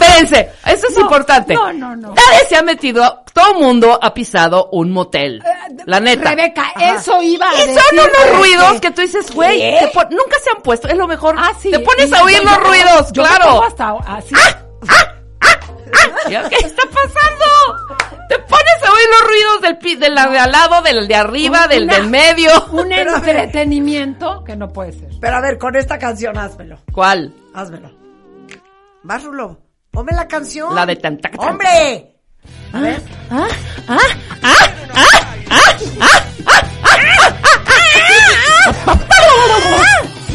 S6: Espérense, eso es importante.
S4: no, no, no.
S6: Nadie se ha metido, todo mundo ha pisado un motel. (laughs) la neta.
S4: Eh, Rebeca, eso iba a
S6: Y
S4: decir.
S6: son unos
S4: Rebeca.
S6: ruidos que tú dices, güey, te pon- nunca se han puesto, es lo mejor.
S4: Ah, sí.
S6: Te pones
S4: Y
S6: a oír
S4: yo-
S6: los
S4: yo-
S6: ruidos,
S4: yo me pongo
S6: claro. Ah.
S4: hasta así.
S6: ¿Qué está pasando? Te pones a oír los ruidos del pi- de la de al lado, del de arriba, del
S4: Una-
S6: del medio.
S4: Un entretenimiento que no puede ser.
S2: Pero a ver, con esta canción házmelo.
S6: ¿Cuál?
S2: Házmelo. Vas, Rulo. Ponme la canción.
S6: La de Ah. tan, tac, tan.
S2: ¡Hombre! A ver.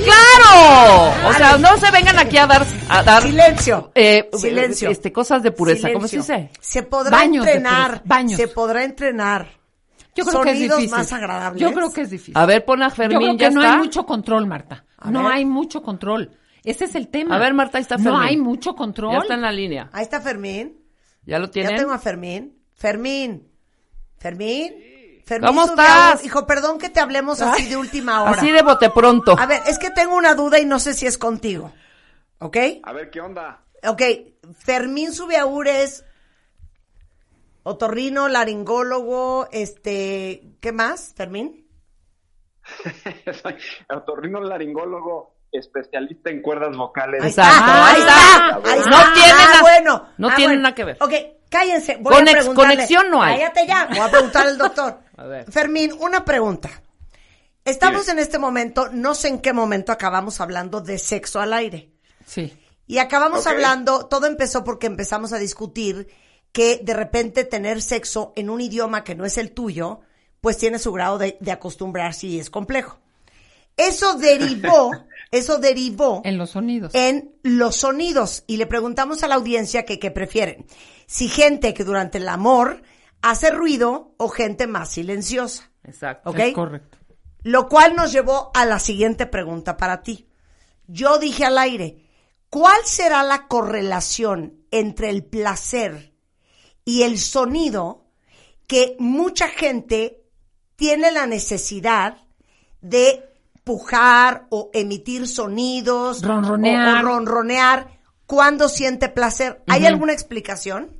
S6: ¡Claro! O sea, no se vengan aquí a dar, a dar
S2: Silencio.
S6: eh,
S2: Silencio.
S6: este, cosas de pureza. ¿Cómo se
S2: Silencio.
S6: dice?
S2: Se podrá
S4: Baños de
S2: entrenar.
S4: pureza, baños.
S2: Se podrá entrenar.
S4: Yo creo que es
S2: Sonidos
S4: difícil.
S2: más agradables.
S4: Yo creo que es difícil.
S6: A ver, pon a
S4: Yo
S6: Fermín,
S4: creo
S6: ya
S4: que no
S6: está.
S4: hay mucho control, Marta.
S2: A
S4: no
S2: ver.
S4: hay mucho control. Ese es el tema.
S6: A ver, Marta, ahí está
S4: No
S6: Fermín.
S4: hay mucho control.
S6: Ya está en la línea.
S2: Ahí está Fermín.
S6: ¿Ya lo
S2: Ya
S6: tienen?
S2: tengo a Fermín. Fermín. Fermín. Fermín
S6: ¿Cómo
S2: sube
S6: estás?
S2: ahora. Hijo, perdón que te hablemos así de última hora.
S6: Así de bote pronto.
S2: A ver, es que tengo una duda y no sé si es contigo. ¿Ok?
S9: A ver, ¿qué onda?
S2: Ok. Fermín Subiaure es otorrino, laringólogo, este, ¿qué más, Fermín?
S9: Soy (laughs) otorrino laringólogo, especialista en cuerdas vocales.
S2: Ahí
S6: Exacto,
S2: Ah,
S6: ahí está.
S2: ahí
S6: No tiene
S2: Ah,
S6: nada-
S2: bueno.
S6: no
S2: Ah,
S6: tiene
S2: bueno.
S6: nada que ver.
S2: Ok, cállense. Voy
S6: Conex-
S2: a preguntarle-
S6: conexión no hay.
S2: Cállate ya. Voy a preguntar al doctor.
S6: (laughs) A ver.
S2: Fermín, una pregunta. Estamos en este momento, no sé en qué momento acabamos hablando de sexo al aire.
S4: Sí.
S2: Y acabamos
S9: Ok.
S2: hablando, todo empezó porque empezamos a discutir que de repente tener sexo en un idioma que no es el tuyo, pues tiene su grado de, de acostumbrarse y es complejo. Eso
S6: (laughs)
S2: derivó, eso derivó
S4: En los sonidos.
S6: Eh.
S2: en los sonidos y le preguntamos a la audiencia que qué prefieren. Si gente que durante el amor hace ruido o gente más silenciosa.
S6: Exacto.
S2: ¿Ok?
S4: Es correcto.
S2: Lo cual nos llevó a la siguiente pregunta para ti. Yo dije al aire, ¿cuál será la correlación entre el placer y el sonido que mucha gente tiene la necesidad de pujar o emitir sonidos,
S4: Ronronear.
S2: o- o ronronear cuando siente placer. ¿Hay alguna explicación?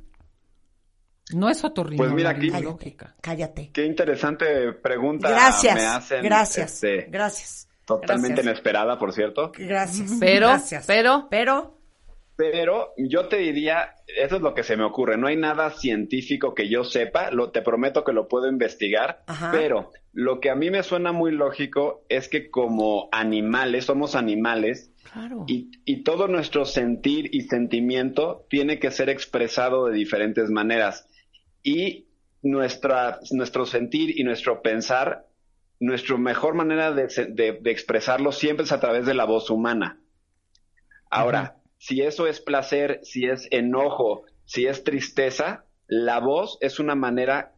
S4: No es otorrino.
S9: Pues mira, aquí-
S4: laringológica.
S2: Cállate.
S9: Qué interesante pregunta
S2: Gracias,
S9: me hacen.
S2: gracias,
S9: este,
S2: gracias,
S9: Totalmente
S2: gracias.
S9: inesperada, por cierto.
S2: gracias.
S6: Pero,
S2: gracias.
S6: pero,
S2: pero,
S9: Pero yo te diría, eso es lo que se me ocurre, no hay nada científico que yo sepa, lo, te prometo que lo puedo investigar,
S2: Ajá.
S9: pero lo que a mí me suena muy lógico es que como animales, somos animales,
S6: claro.
S9: y, y todo nuestro sentir y sentimiento tiene que ser expresado de diferentes maneras. Y nuestra, nuestro sentir y nuestro pensar, nuestra mejor manera de, se- de- de expresarlo siempre es a través de la voz humana. Ahora, si eso es placer, si es enojo, si es tristeza, la voz es una manera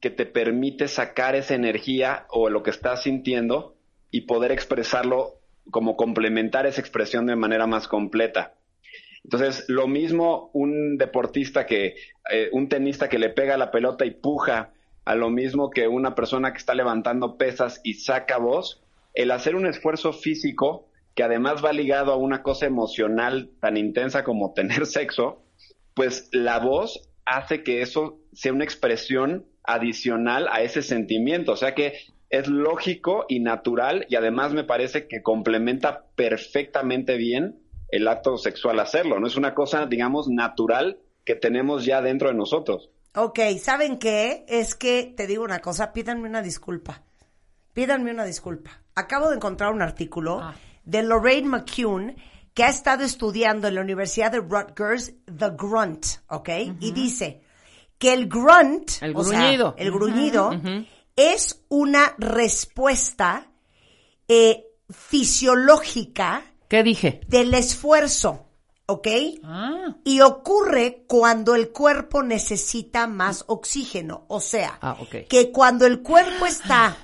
S9: que te permite sacar esa energía o lo que estás sintiendo y poder expresarlo como complementar esa expresión de manera más completa. Entonces, lo mismo un deportista que, eh, un tenista que le pega la pelota y puja, a lo mismo que una persona que está levantando pesas y saca voz, el hacer un esfuerzo físico que además va ligado a una cosa emocional tan intensa como (laughs) tener sexo, pues la voz hace que eso sea una expresión adicional a ese sentimiento. O sea que es lógico y natural y además me parece que complementa perfectamente bien el acto sexual hacerlo. No es una cosa, digamos, natural que tenemos ya dentro de nosotros.
S2: ok, ¿saben qué? Es que te digo una cosa, pídanme una disculpa. Pídanme una disculpa. Acabo de encontrar un artículo
S4: Ah.
S2: de Lorraine McCune que ha estado estudiando en la Universidad de Rutgers The Grunt, ¿ok? Y dice que el grunt,
S6: El
S2: o sea,
S6: gruñido.
S2: el gruñido es una respuesta eh, fisiológica
S6: ¿Qué dije?
S2: del esfuerzo, ¿ok?
S4: Ah,
S2: Y ocurre cuando el cuerpo necesita más oxígeno. O sea,
S6: Ah, ok.
S2: que cuando el cuerpo está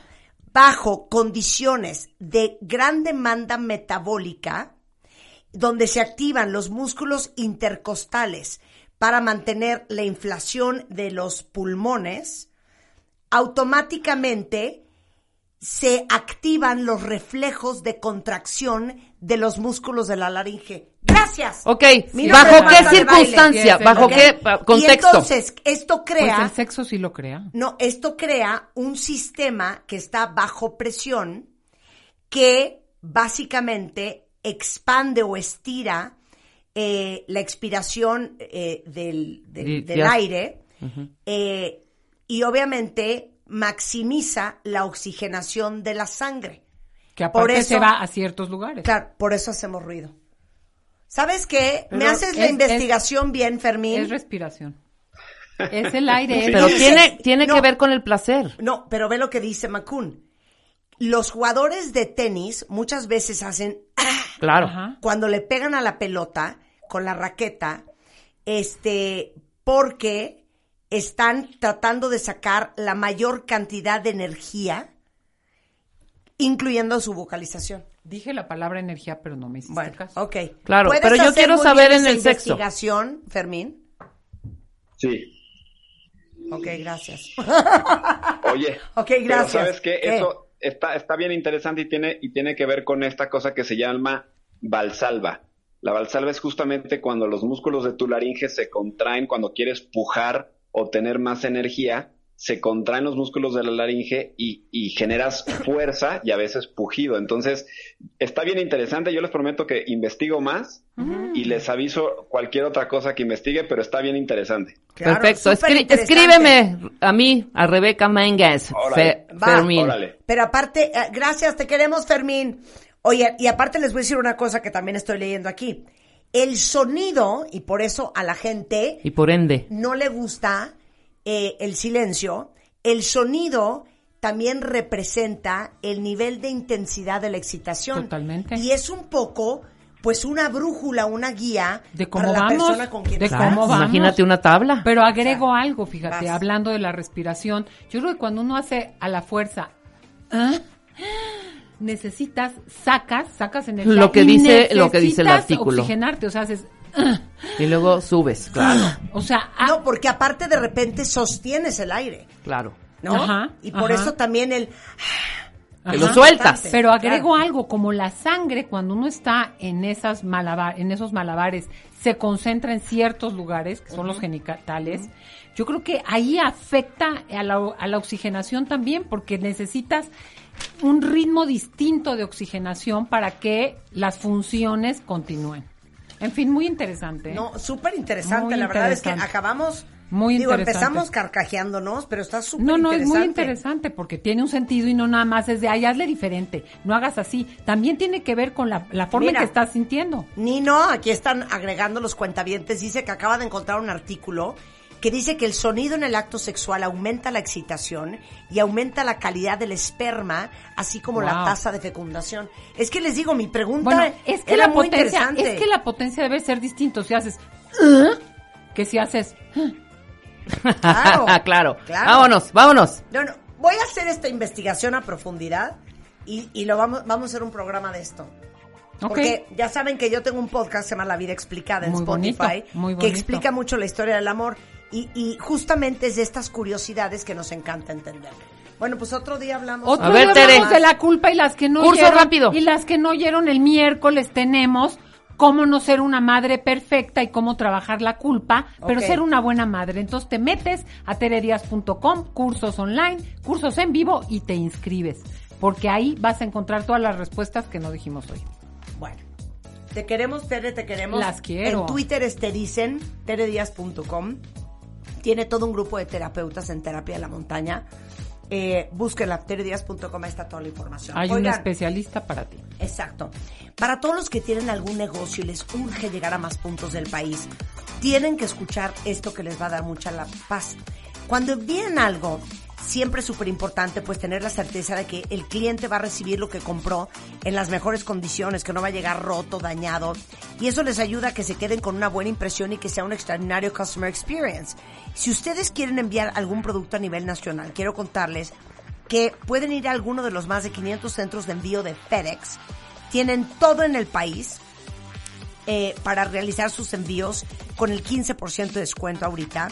S2: bajo condiciones de gran demanda metabólica, donde se activan los músculos intercostales para mantener la inflación de los pulmones, automáticamente se activan los reflejos de contracción de los músculos de la laringe. Gracias.
S6: Ok,
S2: Mi nombre
S6: ¿bajo
S2: es
S6: qué
S2: Marta de Baile.
S6: circunstancia?
S4: Sí, es,
S6: ¿Bajo
S2: Ok.
S6: qué pa- contexto?
S2: Y entonces, esto
S4: pues
S2: crea,
S4: el sexo sí lo crea.
S2: no, esto crea un sistema que está bajo presión que básicamente expande o estira eh, la expiración eh, del, del-
S6: Di-
S2: del
S6: dias-
S2: aire eh, y obviamente maximiza la oxigenación de la sangre.
S4: Que
S2: Por
S4: aparte se
S2: eso-
S4: va a ciertos lugares.
S2: Claro, por eso hacemos ruido. ¿Sabes qué? Me
S4: Pero
S2: haces la
S4: es- es-
S2: investigación bien, Fermín.
S4: Es respiración. Es el aire.
S6: Pero
S2: Dices,
S6: tiene, tiene
S2: no.
S6: que ver con el placer.
S2: No, pero ve lo que dice Macun. Los jugadores de tenis muchas veces hacen "Ah",
S6: Claro.
S4: Ajá.
S2: cuando le pegan a la pelota con la raqueta, este, porque están tratando de sacar la mayor cantidad de energía, incluyendo su vocalización.
S4: Dije la palabra energía, pero no me hiciste
S2: Bueno,
S4: caso.
S2: ok.
S6: Claro,
S2: ¿Puedes
S6: pero yo
S2: hacer
S6: quiero
S2: muy
S6: saber
S2: bien
S6: en
S2: esa
S6: el sexo.
S2: investigación, Fermín?
S9: Sí,
S2: Ok, gracias.
S9: Oye,
S2: (laughs) Ok,
S9: pero
S2: gracias.
S9: sabes que
S2: ¿Qué?
S9: eso está, está bien interesante y tiene, y tiene que ver con esta cosa que se llama valsalva. La valsalva es justamente cuando los músculos de tu laringe se contraen cuando quieres pujar o tener más energía, se contraen los músculos de la laringe y, y generas
S2: (coughs)
S9: fuerza y a veces pujido. Entonces, está bien interesante. Yo les prometo que investigo más y les aviso cualquier otra cosa que investigue, pero está bien interesante.
S2: Claro,
S6: Perfecto.
S2: súper
S6: Escri-
S2: interesante.
S6: escríbeme a mí, a Rebeca Mangas,
S9: Órale.
S6: Fe-
S2: Va.
S6: Fermín.
S9: Órale.
S2: Pero aparte, eh, gracias, te queremos, Fermín. Oye, y aparte les voy a decir una cosa que también estoy leyendo aquí. El sonido, y por eso a la gente
S6: Y por ende.
S2: no le gusta eh, el silencio, el sonido también representa el nivel de intensidad de la excitación.
S4: Totalmente.
S2: Y es un poco, pues, una brújula, una guía
S4: De cómo
S2: para la
S4: vamos,
S2: persona con quien
S4: de
S2: estás.
S4: cómo vamos.
S6: Imagínate una tabla.
S4: Pero agrego algo, fíjate,
S2: vas.
S4: hablando de la respiración. Yo creo que cuando uno hace a la fuerza, ¿ah? necesitas, sacas, sacas energía.
S6: Lo que
S4: y
S6: dice- lo que dice el
S4: necesitas
S6: artículo.
S4: Oxigenarte, o sea, haces. ¿ah?
S6: Y luego subes, claro,
S2: (gasps)
S4: O sea, ah,
S2: No, porque aparte de repente sostienes el aire,
S6: claro.
S2: ¿no?
S4: Ajá,
S2: y por
S4: ajá.
S2: eso también el...
S6: Te lo
S4: Ajá.
S6: sueltas.
S4: Pero agrego algo, como la sangre cuando uno está en esas malaba- en esos malabares se concentra en ciertos lugares, que son los genitales, yo creo que ahí afecta a la, o- a la oxigenación también, porque necesitas un ritmo distinto de oxigenación para que las funciones continúen. En fin, muy interesante. ¿eh?
S2: No, súper interesante.
S4: Muy
S2: La verdad es que
S4: interesante.
S2: acabamos...
S4: Muy
S2: digo,
S4: interesante.
S2: empezamos carcajeándonos, pero está súper
S4: No, no, es muy
S2: interesante.
S4: interesante porque tiene un sentido y no nada más es de, ay, hazle diferente, no hagas así. También tiene que ver con la, la forma
S2: Mira.
S4: en que estás sintiendo.
S2: Nino, aquí están agregando los cuentavientes, dice que acaba de encontrar un artículo que dice que el sonido en el acto sexual aumenta la excitación y aumenta la calidad del esperma, así como la
S4: Wow.
S2: tasa de fecundación. Es que les digo, mi pregunta
S4: Bueno, es que
S2: era
S4: la
S2: muy
S4: potencia,
S2: interesante. ¿Eh?
S4: es que la potencia debe ser distinto si haces "Ah", que si haces "Ah".
S2: Claro,
S6: (laughs) claro.
S2: claro.
S6: Vámonos, vámonos.
S2: No, no, voy a hacer esta investigación a profundidad y, y lo vamos, vamos a hacer un programa de esto.
S4: Ok.
S2: Porque ya saben que yo tengo un podcast que se llama La Vida Explicada en
S4: Muy bonito,
S2: Spotify,
S4: muy
S2: que
S4: bonito.
S2: explica mucho la historia del amor y, y justamente es de estas curiosidades que nos encanta entender. Bueno, pues otro día hablamos.
S4: Otro
S6: A ver,
S4: día
S6: Tere.
S4: hablamos de la culpa y las que no
S6: Curso
S4: oyeron-
S6: rápido.
S4: y las que no oyeron el miércoles tenemos cómo no ser una madre perfecta y cómo trabajar la culpa, pero
S2: Ok.
S4: ser una buena madre. Entonces te metes a teredias.com, cursos online, cursos en vivo y te inscribes, porque ahí vas a encontrar todas las respuestas que no dijimos hoy.
S2: Bueno, te queremos, Tere, te queremos.
S4: Las quiero.
S2: En Twitter es te dicen, teredias.com. Tiene todo un grupo de terapeutas en terapia de la montaña. Eh, búsquenla, teredias.com, ahí está toda la información.
S4: Hay un
S2: Oigan,
S4: especialista para ti.
S2: Exacto. Para todos los que tienen algún negocio y les urge llegar a más puntos del país, tienen que escuchar esto que les va a dar mucha la paz. Cuando envíen algo, siempre es súper importante pues tener la certeza de que el cliente va a recibir lo que compró en las mejores condiciones, que no va a llegar roto, dañado. Y eso les ayuda a que se queden con una buena impresión y que sea un extraordinario customer experience. Si ustedes quieren enviar algún producto a nivel nacional, quiero contarles que pueden ir a alguno de los más de 500 centros de envío de FedEx. Tienen todo en el país eh, para realizar sus envíos con el 15% de descuento ahorita.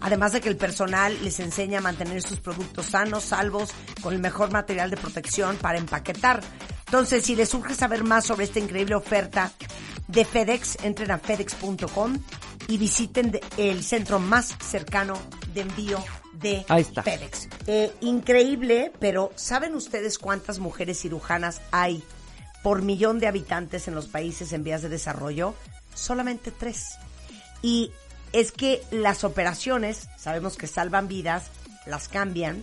S2: Además de que el personal les enseña a mantener sus productos sanos, salvos, con el mejor material de protección para empaquetar. Entonces, si les surge saber más sobre esta increíble oferta de FedEx, entren a fedex.com y visiten de- el centro más cercano de envío de
S6: Ahí está.
S2: FedEx. Eh, increíble, pero ¿saben ustedes cuántas mujeres cirujanas hay por millón de habitantes en los países en vías de desarrollo? Solamente tres. Y es que las operaciones, sabemos que salvan vidas, las cambian,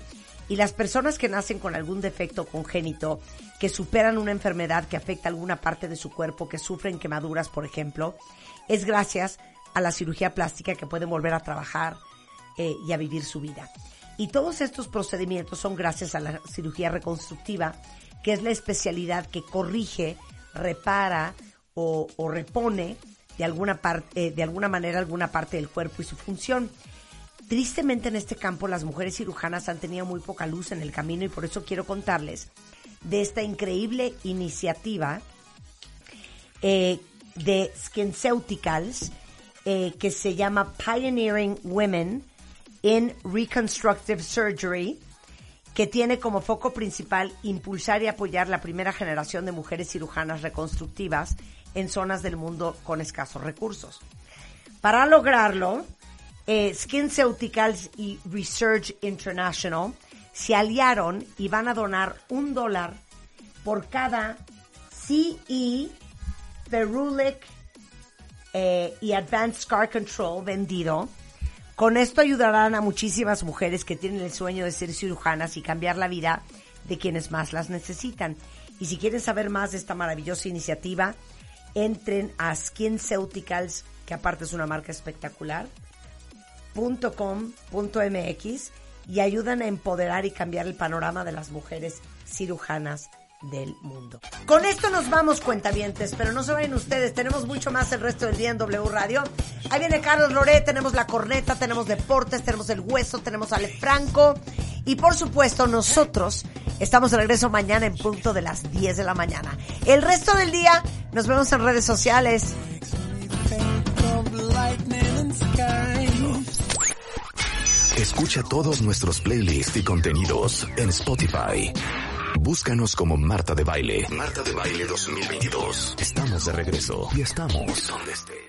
S2: y las personas que nacen con algún defecto congénito, que superan una enfermedad que afecta alguna parte de su cuerpo, que sufren quemaduras, por ejemplo, es gracias a la cirugía plástica que pueden volver a trabajar, eh, y a vivir su vida. Y todos estos procedimientos son gracias a la cirugía reconstructiva, que es la especialidad que corrige, repara o, o repone de alguna, parte, eh, de alguna manera alguna parte del cuerpo y su función. Tristemente en este campo las mujeres cirujanas han tenido muy poca luz en el camino y por eso quiero contarles de esta increíble iniciativa eh, de SkinCeuticals eh, que se llama Pioneering Women in Reconstructive Surgery, que tiene como foco principal impulsar y apoyar la primera generación de mujeres cirujanas reconstructivas en zonas del mundo con escasos recursos. Para lograrlo, eh, SkinCeuticals y Research International se aliaron y van a donar un dólar por cada E CE Ferulic eh, y Advanced Scar Control vendido. Con esto ayudarán a muchísimas mujeres que tienen el sueño de ser cirujanas y cambiar la vida de quienes más las necesitan. Y si quieren saber más de esta maravillosa iniciativa, entren a SkinCeuticals, que aparte es una marca espectacular, .com.mx y ayudan a empoderar y cambiar el panorama de las mujeres cirujanas del mundo. Con esto nos vamos, cuentavientes, pero no se vayan ustedes, tenemos mucho más el resto del día en W Radio. Ahí viene Carlos Loret, tenemos la corneta, tenemos deportes, tenemos el hueso, tenemos Ale Franco y por supuesto nosotros estamos de regreso mañana en punto de las 10 de la mañana. El resto del día nos vemos en redes sociales.
S10: Makes me think of life.
S1: Escucha todos nuestros playlists y contenidos en Spotify. Búscanos como Marta de Baile. Marta de Baile 2022. Estamos de regreso y estamos donde estés.